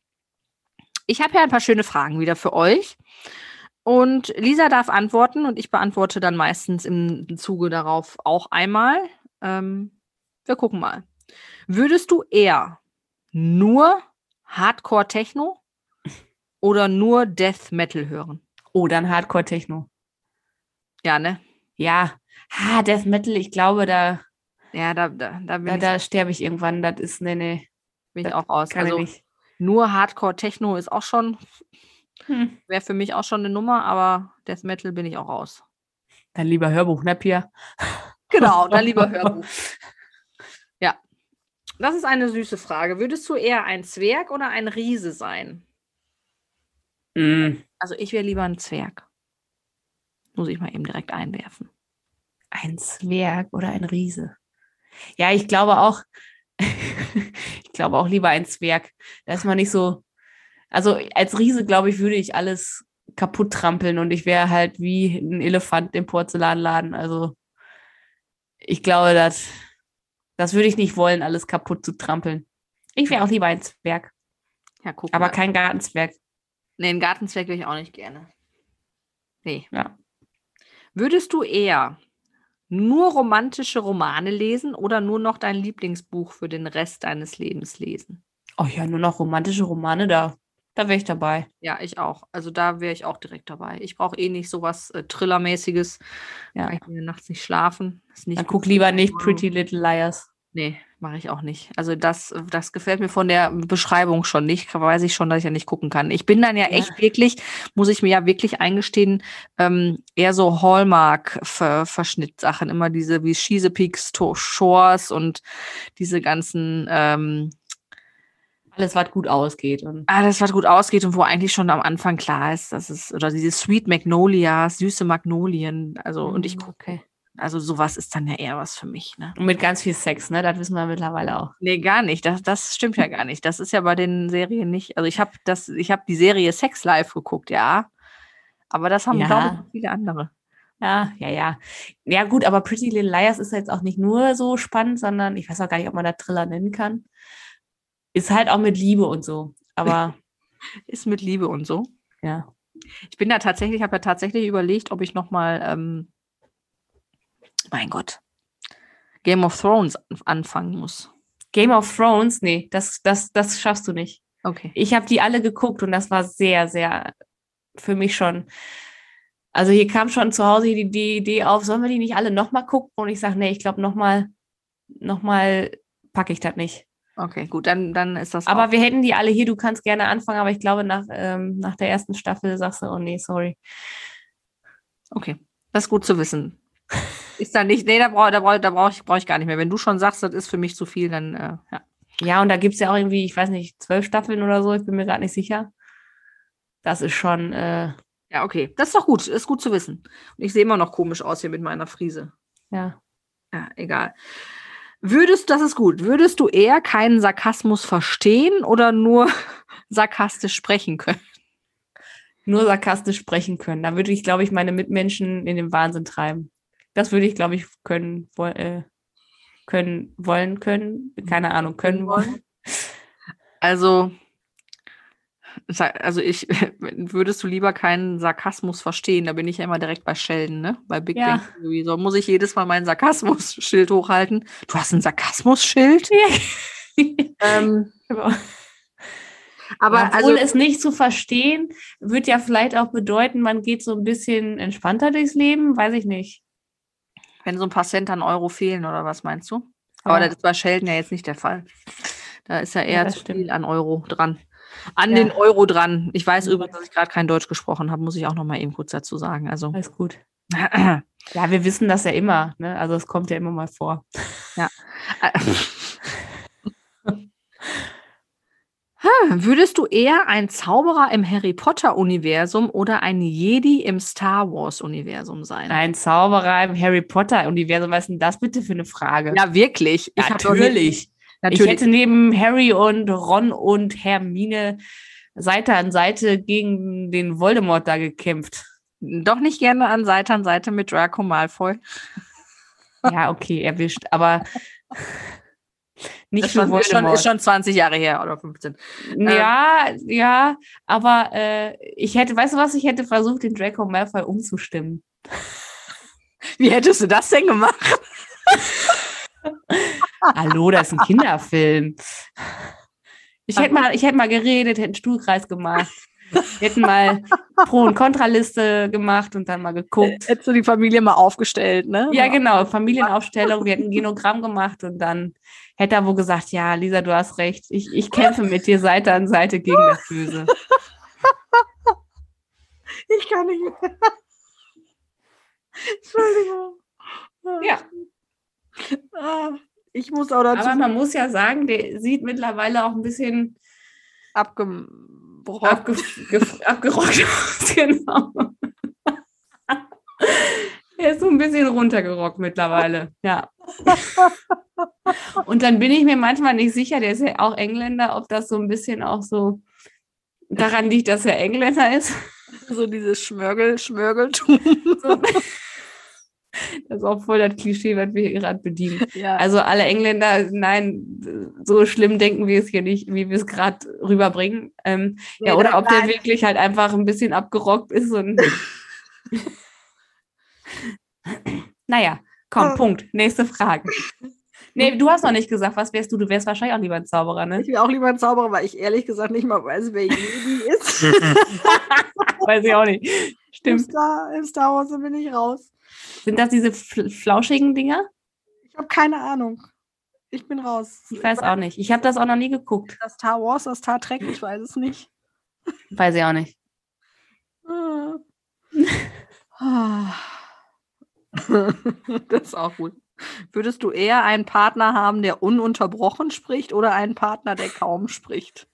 A: Ich habe ja ein paar schöne Fragen wieder für euch. Und Lisa darf antworten und ich beantworte dann meistens im Zuge darauf auch einmal. Ähm, wir gucken mal. Würdest du eher nur Hardcore Techno oder nur Death Metal hören?
C: Oh, dann Hardcore-Techno.
A: Ja, ne?
C: Ja. Ha, Death Metal, ich glaube, da,
A: Ja, da, da, da bin,
C: da,
A: ich,
C: da sterbe ich irgendwann. Das ist, nee, nee,
A: bin ich auch raus.
C: kann
A: Also
C: ich nicht.
A: nur Hardcore Techno ist auch schon
C: Hm.
A: Wäre für mich auch schon eine Nummer, aber Death Metal bin ich auch raus.
C: Dann lieber Hörbuch, ne, Pia?
A: Genau, dann <laughs> lieber Hörbuch. Ja. Das ist eine süße Frage. Würdest du eher ein Zwerg oder ein Riese sein?
C: Mm.
A: Also ich wäre lieber ein Zwerg. Muss ich mal eben direkt einwerfen.
C: Ein Zwerg oder ein Riese? Ja, ich glaube auch, <laughs> ich glaube auch lieber ein Zwerg. Da ist man nicht so. Also als Riese, glaube ich, würde ich alles kaputt trampeln und ich wäre halt wie ein Elefant im Porzellanladen. Also ich glaube, das, das würde ich nicht wollen, alles kaputt zu trampeln. Ich wäre auch lieber ein Zwerg,
A: Ja, guck
C: aber
A: mal.
C: kein Gartenzwerg.
A: Nee, einen Gartenzwerg will ich auch nicht gerne. Nee.
C: Ja.
A: Würdest du eher nur romantische Romane lesen oder nur noch dein Lieblingsbuch für den Rest deines Lebens lesen?
C: Oh ja, nur noch romantische Romane da. Da wäre ich dabei.
A: Ja, ich auch. Also da wäre ich auch direkt dabei. Ich brauche eh nicht sowas äh, Thrillermäßiges.
C: Ja.
A: Kann ich mir nachts nicht schlafen. Ist nicht
C: Dann
A: gut
C: guck
A: für
C: lieber
A: meine
C: nicht
A: Augen.
C: Pretty Little Liars.
A: Nee, mache ich auch nicht. Also das, äh, das gefällt mir von der Beschreibung schon nicht. Da Weiß ich schon, dass ich ja nicht gucken kann. Ich bin dann ja,
C: Ja.
A: echt wirklich, muss ich mir ja wirklich eingestehen, ähm, eher so Hallmark-Verschnittsachen. Immer diese wie Schiesepeaks, Shores und diese ganzen, ähm,
C: Alles, was gut ausgeht. Und
A: ah, das was gut ausgeht und wo eigentlich schon am Anfang klar ist, dass es, oder diese Sweet Magnolias, süße Magnolien. Also, und ich
C: Mm,
A: gucke,
C: okay.
A: also sowas ist dann ja eher was für mich, ne?
C: Und mit ganz viel Sex, ne? Das wissen wir mittlerweile auch.
A: Nee, gar nicht. Das, das stimmt ja gar nicht. Das ist ja bei den Serien nicht. Also ich habe das, ich habe die Serie Sex Live geguckt, ja. Aber das haben,
C: Ja.
A: glaube ich, auch viele andere.
C: Ja, ja, ja. Ja, gut, aber Pretty Little Liars ist jetzt auch nicht nur so spannend, sondern ich weiß auch gar nicht, ob man da Thriller nennen kann. Ist halt auch mit Liebe und so. Aber
A: Ist mit Liebe und so.
C: ja.
A: Ich bin da tatsächlich, habe ja tatsächlich überlegt, ob ich nochmal, ähm, mein Gott, Game of Thrones an- anfangen muss.
C: Game of Thrones, nee, das, das, das schaffst du nicht.
A: Okay.
C: Ich habe die alle geguckt und das war sehr, sehr für mich schon. Also hier kam schon zu Hause die, die Idee auf, sollen wir die nicht alle nochmal gucken? Und ich sage, nee, ich glaube, nochmal noch mal packe ich das nicht.
A: Okay, gut, dann, dann ist das.
C: Aber
A: auch-
C: wir hätten die alle hier, du kannst gerne anfangen, aber ich glaube, nach, ähm, nach der ersten Staffel sagst du, oh nee, sorry.
A: okay, das ist gut zu wissen. Ist da nicht, nee, da brauche da brauch, da brauch ich, brauch ich gar nicht mehr. Wenn du schon sagst, das ist für mich zu viel, dann, äh, ja.
C: Ja, und da gibt es ja auch irgendwie, ich weiß nicht, zwölf Staffeln oder so, ich bin mir gerade nicht sicher. Das ist schon, äh,
A: Ja, okay. Das ist doch gut. Ist gut zu wissen. Und ich sehe immer noch komisch aus hier mit meiner Frise.
C: ja.
A: Ja, egal. Würdest, das ist gut. Würdest du eher keinen Sarkasmus verstehen oder nur <laughs> sarkastisch sprechen können?
C: Nur sarkastisch sprechen können. Da würde ich, glaube ich, meine Mitmenschen in den Wahnsinn treiben. Das würde ich, glaube ich, können, wo, äh, können, wollen, können, keine Ahnung, können wollen.
A: Also, sa- also ich, <laughs> würdest du lieber keinen Sarkasmus verstehen? Da bin ich ja immer direkt bei Sheldon, ne? Bei Big
C: Ja.
A: Bang Theory. So muss ich jedes Mal mein Sarkasmus-Schild hochhalten. Du hast ein Sarkasmus-Schild? Ähm,
C: Genau. <laughs>
A: aber
C: Obwohl
A: also,
C: es nicht zu verstehen, wird ja vielleicht auch bedeuten, man geht so ein bisschen entspannter durchs Leben, weiß ich nicht.
A: Wenn so ein paar Cent an Euro fehlen, oder was meinst du? Aber
C: Ja.
A: das ist bei Sheldon ja jetzt nicht der Fall. Da ist ja eher
C: das
A: zu
C: stimmt.
A: viel an Euro dran. An
C: Ja.
A: den Euro dran. Ich weiß
C: Mhm.
A: übrigens, dass ich gerade kein Deutsch gesprochen habe, muss ich auch noch mal eben kurz dazu sagen. Also,
C: Alles gut.
A: <clears throat>
C: Ja, wir wissen das ja immer, ne? Also es kommt ja immer mal vor.
A: würdest du eher ein Zauberer im Harry Potter-Universum oder ein Jedi im Star Wars-Universum sein?
C: Ein Zauberer im Harry Potter Universum, was ist denn das bitte für eine Frage?
A: Ja, wirklich. Ich hab doch nie-
C: natürlich. Ich
A: Natürlich.
C: hätte neben Harry und Ron und Hermine Seite an Seite gegen den Voldemort
A: <laughs>
C: da gekämpft.
A: doch nicht gerne an Seite an Seite mit Draco Malfoy.
C: Ja, okay, erwischt, aber nicht
A: ist, schon,
C: für
A: ist, schon,
C: Voldemort.
A: ist schon 20 Jahre her oder 15.
C: Ja, ja, aber äh, ich hätte, weißt du was, ich hätte versucht, den Draco Malfoy umzustimmen.
A: Wie hättest du das denn gemacht?
C: Hallo, das ist ein Kinderfilm. Ich hätte mal, ich hätte mal geredet, hätte einen Stuhlkreis gemacht. Wir hätten mal Pro- und Kontraliste gemacht und dann mal geguckt.
A: Hättest du die Familie mal aufgestellt, ne?
C: Ja, genau, Familienaufstellung, wir hätten ein Genogramm gemacht und dann hätte er wohl gesagt, ja, Lisa, du hast recht, ich, ich kämpfe mit dir Seite an Seite gegen das Böse.
A: ich gar nicht mehr. <laughs> Entschuldigung.
C: Ja.
A: Ah, Ich muss auch dazu
C: Aber man muss ja sagen, der sieht mittlerweile auch ein bisschen
A: abgebrochen.
C: abge ge- abgerockt aus. Genau. er ist so ein bisschen runtergerockt mittlerweile. Ja. Und dann bin ich mir manchmal nicht sicher, der ist ja auch Engländer, ob das so ein bisschen auch so daran liegt, dass er Engländer ist.
A: so dieses Schmörgel, Schmörgeltum.
C: So. Das ist auch voll das Klischee, was wir hier gerade bedienen.
A: Ja.
C: Also alle Engländer, nein, so schlimm denken wir es hier nicht, wie wir es gerade rüberbringen. Ähm, ja,
A: Nee,
C: oder
A: da-
C: ob der wirklich halt einfach ein bisschen abgerockt ist und. <laughs> naja, komm,
A: Ah.
C: Punkt. Nächste Frage. Nee, du hast noch nicht gesagt, was wärst du? Du wärst wahrscheinlich auch lieber ein Zauberer,
A: <laughs>
C: ne?
A: ich will auch lieber ein Zauberer, weil ich ehrlich gesagt nicht mal weiß, wer Jedi ist.
C: Weiß ich auch nicht.
A: Im <laughs>
C: Stimmt.
A: Star, Im Star Wars bin ich raus.
C: Sind das diese fl- flauschigen Dinger?
A: Ich habe keine Ahnung. Ich bin raus.
C: Ich weiß auch nicht. Ich habe das auch noch nie geguckt.
A: Das Star Wars, das Star Trek, ich weiß es nicht.
C: Weiß ich auch nicht.
A: Ah. Ah. <laughs> das ist auch gut. Würdest du eher einen Partner haben, der ununterbrochen spricht oder einen Partner, der kaum spricht?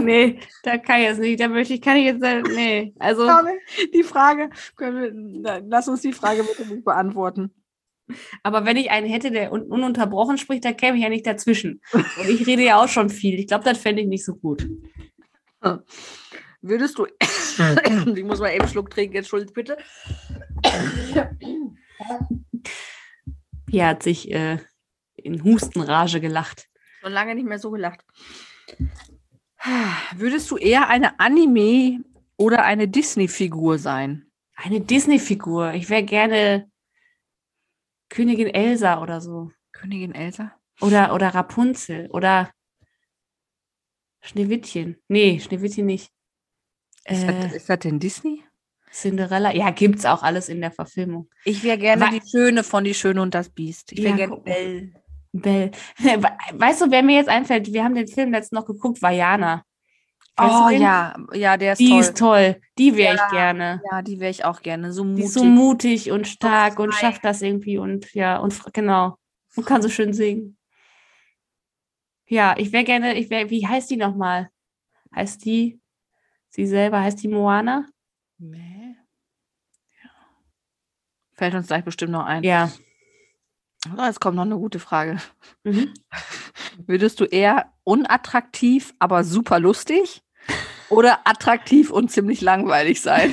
C: Nee, da kann ich jetzt nicht. Da möchte ich, kann ich jetzt. äh, Nee. Also.
A: Die Frage, können wir, lass uns die Frage bitte nicht beantworten.
C: Aber wenn ich einen hätte, der un ununterbrochen spricht, da käme ich ja nicht dazwischen. Und ich rede ja auch schon viel. Ich glaube, das fände ich nicht so gut.
A: Würdest du, <laughs> ich muss mal eben einen Schluck trinken, entschuldigt bitte.
C: Pia hat sich äh, in Hustenrage gelacht.
A: Schon lange nicht mehr so gelacht. Würdest du eher eine Anime oder eine Disney-Figur sein?
C: Eine Disney-Figur. Ich wäre gerne Königin Elsa oder so.
A: Königin Elsa?
C: Oder, oder Rapunzel. Oder Schneewittchen. Nee, Schneewittchen nicht.
A: Ist, das,
C: Äh,
A: ist das denn Disney?
C: Cinderella. Ja, gibt's auch alles in der Verfilmung.
A: Ich wäre gerne
C: Wa-
A: die Schöne von Die Schöne und das Biest. Ich wäre
C: Ja,
A: gerne
C: guck mal.
A: Belle.
C: Bell. <laughs> We- Weißt du, wer mir jetzt einfällt? Wir haben den Film letztens noch geguckt, Vajana. Weißt du
A: Oh
C: den?
A: ja, ja, der ist
C: Die
A: toll.
C: ist toll. Die wäre ich gerne.
A: ja, die wäre ich auch gerne. So
C: Die
A: mutig.
C: ist so mutig und stark und
A: frei.
C: schafft das irgendwie und ja, und fr- genau. Und kann so schön singen. Ja, ich wäre gerne, ich wäre, wie heißt die nochmal? Heißt die, sie selber, heißt die Moana?
A: Mäh. Ja. Fällt uns gleich bestimmt noch ein.
C: Ja.
A: Oh, jetzt kommt noch eine gute Frage.
C: Mhm.
A: Würdest du eher unattraktiv, aber super lustig oder attraktiv und ziemlich langweilig
C: <laughs>
A: sein?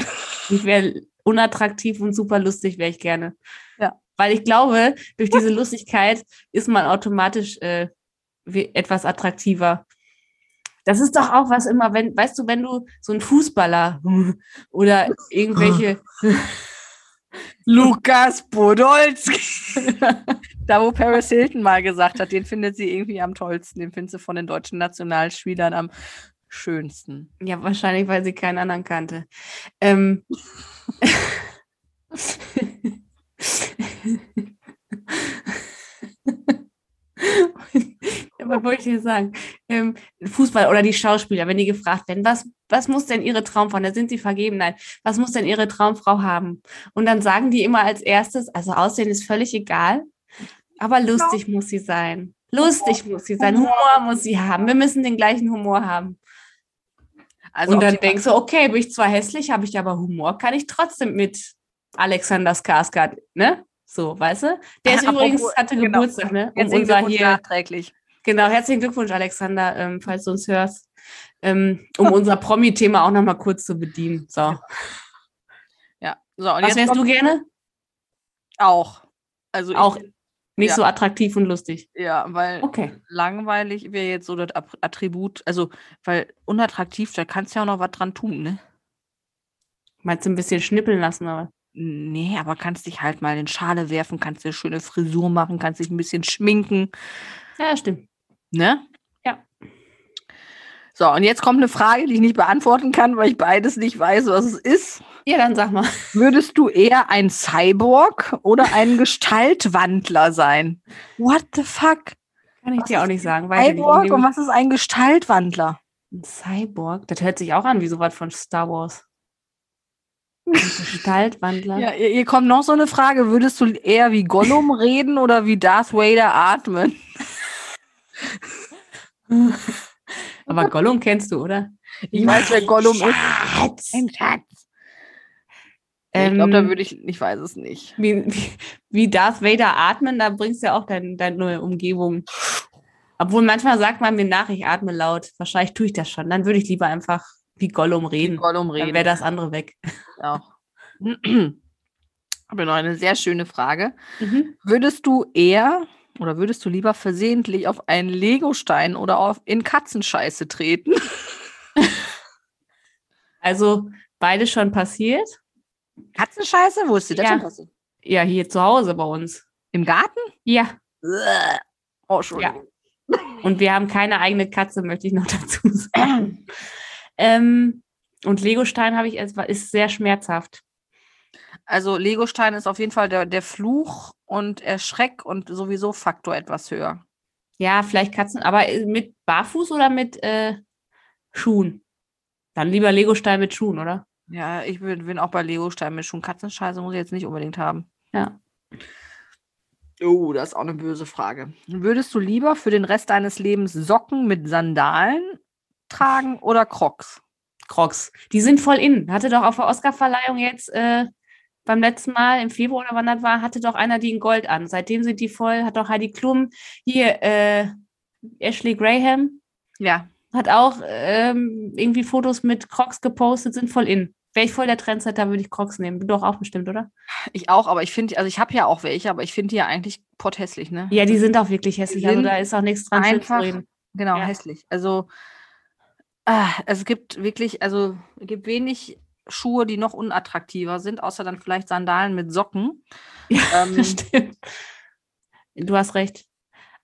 C: Ich wäre unattraktiv und super lustig, wäre ich gerne.
A: Ja.
C: Weil ich glaube, durch diese Lustigkeit ist man automatisch äh, we- etwas attraktiver. Das ist doch auch was immer, wenn, weißt du, wenn du so ein Fußballer <laughs> oder irgendwelche,
A: Lukas Podolski. <laughs> da, wo Paris Hilton mal gesagt hat, den findet sie irgendwie am tollsten. Den findet sie von den deutschen Nationalspielern am schönsten.
C: ja, wahrscheinlich, weil sie keinen anderen kannte. Ähm, <laughs> Ja, was wollte ich dir sagen? Ähm, Fußball oder die Schauspieler, wenn die gefragt werden, was, was muss denn ihre Traumfrau, da sind sie vergeben, nein, was muss denn ihre Traumfrau haben? Und dann sagen die immer als erstes, also Aussehen ist völlig egal, aber lustig muss sie sein. Lustig muss sie sein, Humor muss sie haben. Wir müssen den gleichen Humor haben.
A: Also
C: Und
A: ob
C: dann
A: die-
C: denkst du, okay, bin ich zwar hässlich, habe ich aber Humor, kann ich trotzdem mit Alexander Skarsgård, ne? So, weißt du? Der ist
A: Apropos-
C: übrigens, hatte
A: genau.
C: Geburtstag, ne? Um
A: jetzt sehen
C: unser
A: wir hier
C: hier
A: nachträglich.
C: Genau, herzlichen Glückwunsch, Alexander, ähm, falls du uns hörst, ähm, um unser Promi-Thema auch nochmal kurz zu bedienen. So.
A: Ja. So, und
C: Was
A: jetzt
C: wärst du
A: kommt
C: gerne?
A: auch. Also ich-
C: Auch Oh. nicht
A: Ja.
C: so attraktiv und lustig.
A: Ja, weil
C: Okay.
A: langweilig wäre jetzt so das Ab- Attribut, also weil unattraktiv, da kannst du ja auch noch was dran tun, ne?
C: Meinst du ein bisschen schnippeln lassen, aber.
A: Nee, aber kannst dich halt mal in Schale werfen, kannst dir schöne Frisur machen, kannst dich ein bisschen schminken,
C: Ja, stimmt.
A: ne?
C: Ja.
A: So, und jetzt kommt eine Frage, die ich nicht beantworten kann, weil ich beides nicht weiß, was es ist.
C: Ja, dann sag mal.
A: Würdest du eher ein <laughs> Cyborg oder ein Gestaltwandler sein? What the fuck?
C: Kann ich
A: Was
C: dir auch
A: ist
C: nicht sagen. Weiß ich nicht.
A: Cyborg und
C: Irgendwie-
A: was ist ein Gestaltwandler?
C: Ein Cyborg? Das hört sich auch an wie sowas von Star Wars.
A: <laughs>
C: Ein Gestaltwandler.
A: Ja, hier hier kommt noch so eine Frage. Würdest du eher wie <laughs> Gollum reden oder wie Darth Vader atmen?
C: Aber Gollum kennst du, oder?
A: Ich weiß, wer Gollum ist.
C: Schatz.
A: Ein Schatz.
C: Ähm,
A: ich glaube, da würde ich, ich weiß es nicht.
C: wie, wie, wie Darth Vader atmen, da bringst du ja auch dein, deine neue Umgebung. Obwohl manchmal sagt man mir nach, ich atme laut. Wahrscheinlich tue ich das schon. Dann würde ich lieber einfach wie Gollum reden.
A: Gollum
C: Dann
A: um reden.
C: wäre das andere weg.
A: <clears throat> auch. Aber noch eine sehr schöne Frage. Würdest du eher oder würdest du lieber versehentlich auf einen Legostein oder auf in Katzenscheiße treten?
C: Also beides schon passiert.
A: <laughs> Katzenscheiße? Wo ist die
C: Ja.
A: denn passiert?
C: Ja, hier zu Hause bei uns.
A: Im Garten?
C: Ja.
A: Uah. Oh, Entschuldigung.
C: Und wir haben keine eigene Katze, möchte ich noch <laughs> dazu sagen. ähm, und Legostein habe ich erst, war- ist sehr schmerzhaft.
A: Also Legostein ist auf jeden Fall der, der Fluch und Erschreck und sowieso Faktor etwas höher.
C: Ja, vielleicht Katzen, aber äh, mit Barfuß oder mit äh, Schuhen? Dann lieber Legostein mit Schuhen, oder?
A: Ja, ich bin, bin auch bei Legostein mit schon Katzenscheiße muss ich jetzt nicht unbedingt haben.
C: Ja.
A: Oh, das ist auch eine böse Frage. Würdest du lieber für den Rest deines Lebens Socken mit Sandalen tragen oder Crocs?
C: Crocs. Die sind voll in. Hatte doch auf der Oscarverleihung jetzt äh, beim letzten Mal im Februar oder wann das war, hatte doch einer die in Gold an. Seitdem sind die voll. Hat doch Heidi Klum hier äh, Ashley Graham
A: Ja.
C: hat auch ähm, irgendwie Fotos mit Crocs gepostet, sind voll in. Wäre ich voll der Trendsetter, würde ich Crocs nehmen. Du doch auch bestimmt, oder?
A: Ich auch, aber ich finde, also ich habe ja auch welche, aber ich finde die ja eigentlich potthässlich, ne?
C: Ja, die sind auch wirklich hässlich. Also
A: sind
C: da ist auch nichts dran schön zu
A: einfach-
C: reden.
A: Genau,
C: Ja.
A: hässlich. Also ah, es gibt wirklich, also es gibt wenig Schuhe, die noch unattraktiver sind, außer dann vielleicht Sandalen mit Socken.
C: Ja,
A: <laughs> Ähm,
C: <laughs> stimmt. Du hast recht.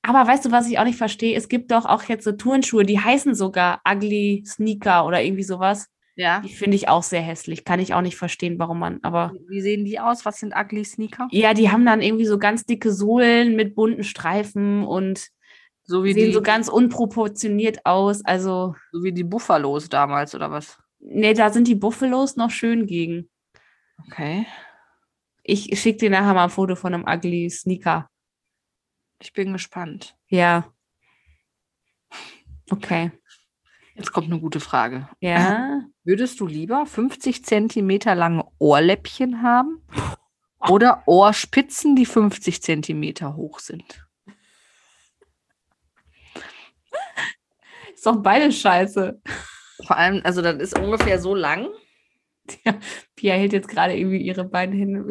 C: Aber weißt du, was ich auch nicht verstehe? Es gibt doch auch jetzt so Turnschuhe, die heißen sogar Ugly Sneaker oder irgendwie sowas.
A: Ja.
C: Die finde ich auch sehr hässlich. Kann ich auch nicht verstehen, warum man. Aber
A: Wie sehen die aus? Was sind ugly Sneaker?
C: ja, die haben dann irgendwie so ganz dicke Sohlen mit bunten Streifen und
A: So wie,
C: sehen
A: die,
C: so ganz unproportioniert aus. Also,
A: so wie die Buffalos damals oder was?
C: nee, da sind die Buffalos noch schön gegen.
A: Okay.
C: Ich schicke dir nachher mal ein Foto von einem Ugly Sneaker.
A: Ich bin gespannt.
C: Ja. Okay.
A: Jetzt kommt eine gute Frage.
C: Ja.
A: Würdest du lieber 50 Zentimeter lange Ohrläppchen haben oder Ohrspitzen, die 50 Zentimeter hoch sind?
C: Ist doch beides scheiße.
A: Vor allem, also das ist ungefähr so lang.
C: Pia hält jetzt gerade irgendwie ihre beiden Hände.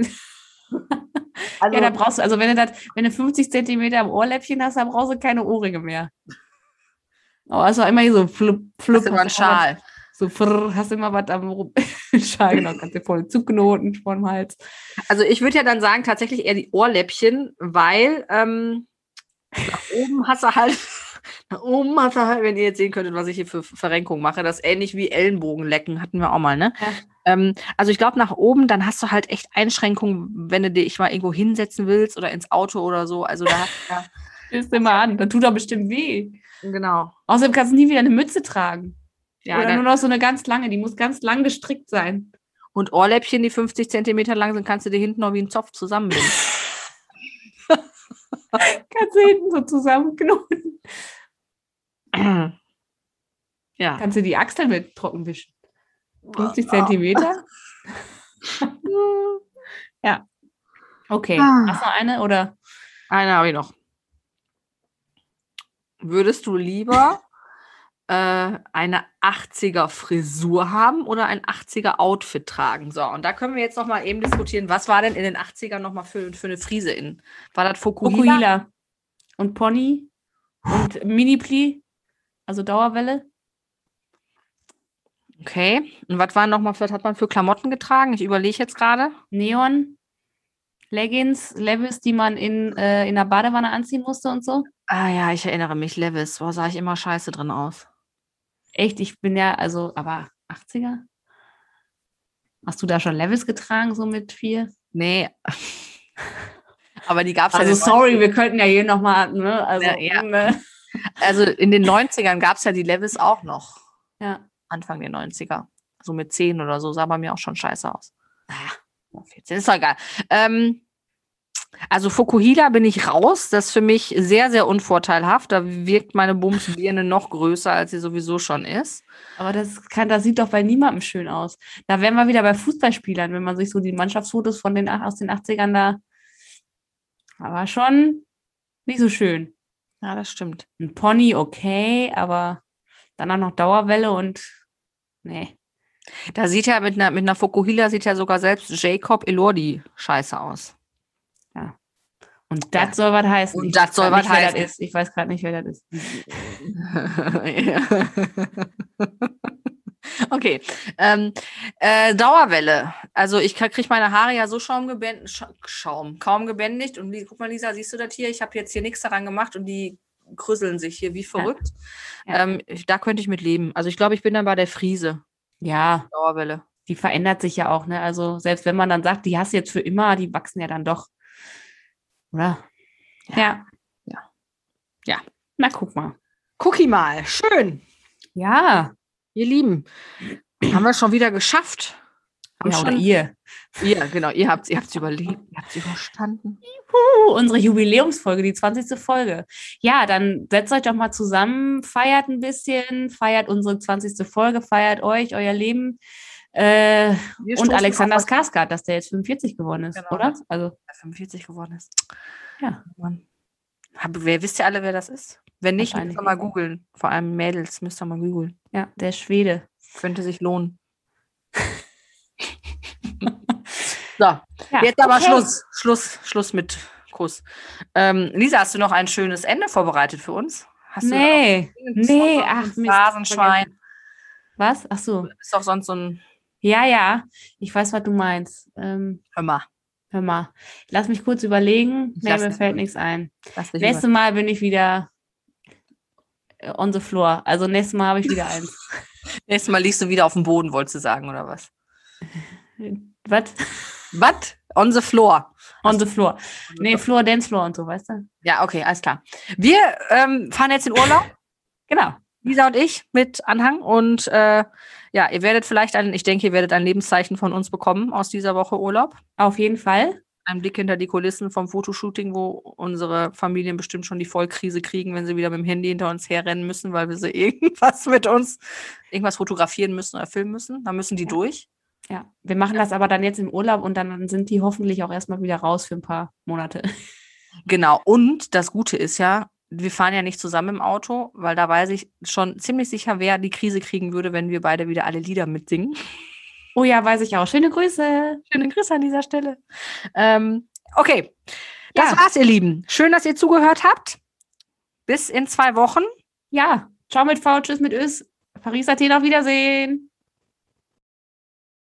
A: Also,
C: ja, da brauchst du, also wenn du das, wenn du 50 Zentimeter am Ohrläppchen hast, dann brauchst du keine Ohrringe mehr. Oh, also immer hier so flup, flup.
A: hast du immer einen
C: hast immer
A: Schal.
C: was- So frrr, hast immer was am Rum- <laughs> Schal, genau, kannst dir voll zuknoten vom Hals.
A: Also ich würde ja dann sagen, tatsächlich eher die Ohrläppchen, weil ähm, nach oben hast du halt, <laughs> nach oben hast du halt, wenn ihr jetzt sehen könntet, was ich hier für Verrenkung mache, das ist ähnlich wie Ellenbogenlecken, hatten wir auch mal, ne?
C: Ja.
A: Ähm, also ich glaube, nach oben, dann hast du halt echt Einschränkungen, wenn du dich mal irgendwo hinsetzen willst oder ins Auto oder so. Also da hast
C: <laughs>
A: du ja,
C: Ist immer an, dann tut doch bestimmt weh.
A: genau.
C: Außerdem kannst du nie wieder eine Mütze tragen.
A: Ja,
C: Oder nur
A: dann,
C: noch so eine ganz lange, die muss ganz lang gestrickt sein.
A: und Ohrläppchen, die 50 Zentimeter lang sind, kannst du dir hinten noch wie einen Zopf
C: <clears throat>
A: zusammenbinden.
C: Kannst du hinten so zusammenknoten.
A: ja.
C: Kannst du die Achseln mit trocken wischen. 50
A: <laughs>
C: Zentimeter? ja. Okay.
A: Ah.
C: Hast du noch eine oder?
A: Eine habe ich noch. Würdest du <laughs> lieber äh, eine 80er Frisur haben oder ein 80er Outfit tragen? So, und da können wir jetzt noch mal eben diskutieren, was war denn in den 80ern noch mal für, für eine Frise in? War das Fokuhila?
C: Okuhila. Und Pony. Und Mini-Pli. Also Dauerwelle.
A: Okay. Und was waren noch mal, was hat man für Klamotten getragen? Ich überlege jetzt gerade.
C: Neon. Leggings, Levis, die man in, äh, in der Badewanne anziehen musste und so.
A: Ah ja, ich erinnere mich, Levis. Boah, sah ich immer scheiße drin aus.
C: Echt, ich bin ja, also, aber 80er? Hast du da schon Levis getragen, so mit vier?
A: Nee. <laughs> Aber die gab es
C: Also
A: ja
C: sorry, wir könnten ja hier nochmal, ne? Also,
A: Ja, ja.
C: <laughs> Ne?
A: Also in den 90ern gab es ja die Levels auch noch.
C: Ja.
A: Anfang der 90er. So mit 10 oder so sah bei mir auch schon scheiße aus. Ah, 14, ist doch egal. Ähm, also Fukuhila bin ich raus. Das ist für mich sehr, sehr unvorteilhaft. Da wirkt meine Bumsbirne noch größer, als sie sowieso schon ist.
C: Aber das kann, das sieht doch bei niemandem schön aus. Da wären wir wieder bei Fußballspielern, wenn man sich so die Mannschaftsfotos von den ach- aus den 80ern da. Aber schon nicht so schön.
A: Ja, das stimmt.
C: Ein Pony, okay, aber dann auch noch Dauerwelle und nee.
A: Da sieht ja mit einer, mit einer Fukuhila sieht ja sogar selbst Jacob Elordi scheiße aus.
C: Und das soll was heißen.
A: Und
C: Ich
A: das
C: weiß
A: soll
C: grad
A: was
C: nicht, wer das
A: heißen.
C: Ist. Ich weiß gerade nicht, wer das ist.
A: <laughs> okay. Ähm, äh, Dauerwelle. Also ich kriege meine Haare ja so Schaum gebändigt, Scha Schaum, kaum gebändigt. Und die, guck mal, Lisa, siehst du das hier? Ich habe jetzt hier nichts daran gemacht und die krüsseln sich hier wie verrückt.
C: Ja.
A: Ähm, ich- da könnte ich mit leben. Also ich glaube, ich bin dann bei der Friese.
C: Ja,
A: Dauerwelle.
C: die verändert sich ja auch, ne? Also selbst wenn man dann sagt, die hast du jetzt für immer, die wachsen ja dann doch. Oder? Ja.
A: Ja. Ja.
C: Na, guck mal.
A: Cookie mal. Schön.
C: Ja.
A: Ihr Lieben. Haben wir schon wieder geschafft. Haben
C: ja oder
A: schon-
C: ihr.
A: genau, ihr, genau. Ihr habt es ihr habt's überlebt. Ihr habt es überstanden.
C: Puh, Oh, unsere Jubiläumsfolge, die 20. Folge. Ja, dann setzt euch doch mal zusammen, feiert ein bisschen, feiert unsere 20. Folge, feiert euch, euer Leben. Äh,
A: Wir
C: und
A: stoßen auf
C: Alexander
A: was
C: Skarsgård, dass der jetzt 45 geworden ist,
A: Genau.
C: oder? Also,
A: der 45 geworden ist. Oh
C: Ja.
A: Mann. Hab, wer, wisst ihr alle, wer das ist? Wenn nicht, müsst ihr
C: Wahrscheinlich.
A: mal googeln. Vor allem Mädels müsst ihr mal googeln.
C: ja, der Schwede.
A: Könnte sich
C: <laughs>
A: lohnen. so,
C: Ja,
A: jetzt aber
C: okay.
A: Schluss. Schluss, Schluss mit Kuss. Ähm, Lisa, hast du noch ein schönes Ende vorbereitet für uns? Hast
C: Nee,
A: du
C: nee, ach, Mist,
A: Rasenschwein.
C: was? Ach so.
A: Ist doch sonst so ein
C: Ja, ja, ich weiß, was du meinst. Ähm,
A: Hör mal.
C: hör mal, lass mich kurz überlegen.
A: Ich
C: Nee,
A: lass
C: mir
A: dich
C: fällt
A: kurz.
C: nichts ein.
A: Lass dich
C: Nächstes Mal bin ich wieder äh, on the floor. Also, nächstes Mal habe ich
A: <laughs>
C: wieder eins.
A: über- Nächstes Mal liegst du wieder auf dem Boden, wolltest du sagen, oder was?
C: was?
A: Was? On the floor.
C: On the floor.
A: Also
C: Nee, Floor, Dance Floor und so, weißt du?
A: Ja, okay, alles klar. Wir ähm, fahren jetzt in Urlaub,
C: Genau.
A: Lisa und ich, mit Anhang. Und äh, ja, ihr werdet vielleicht ein, ich denke, ihr werdet ein Lebenszeichen von uns bekommen aus dieser Woche Urlaub.
C: Auf jeden Fall.
A: Ein Blick hinter die Kulissen vom Fotoshooting, wo unsere Familien bestimmt schon die Vollkrise kriegen, wenn sie wieder mit dem Handy hinter uns herrennen müssen, weil wir sie <laughs> irgendwas mit uns, irgendwas fotografieren müssen oder filmen müssen. Da müssen die durch.
C: Ja. Wir machen das aber dann jetzt im Urlaub und dann sind die hoffentlich auch erstmal wieder raus für ein paar Monate. <laughs>
A: Genau. Und das Gute ist ja, wir fahren ja nicht zusammen im Auto, weil da weiß ich schon ziemlich sicher, wer die Krise kriegen würde, wenn wir beide wieder alle Lieder mitsingen. <laughs>
C: Oh ja, weiß ich auch. Schöne Grüße.
A: Schöne Grüße an dieser Stelle. Ähm, okay, das
C: Ja.
A: war's, ihr Lieben. Schön, dass ihr zugehört habt. Bis in zwei Wochen.
C: Ja. Ciao mit V, tschüss mit Ös. Paris Athen, auf Wiedersehen.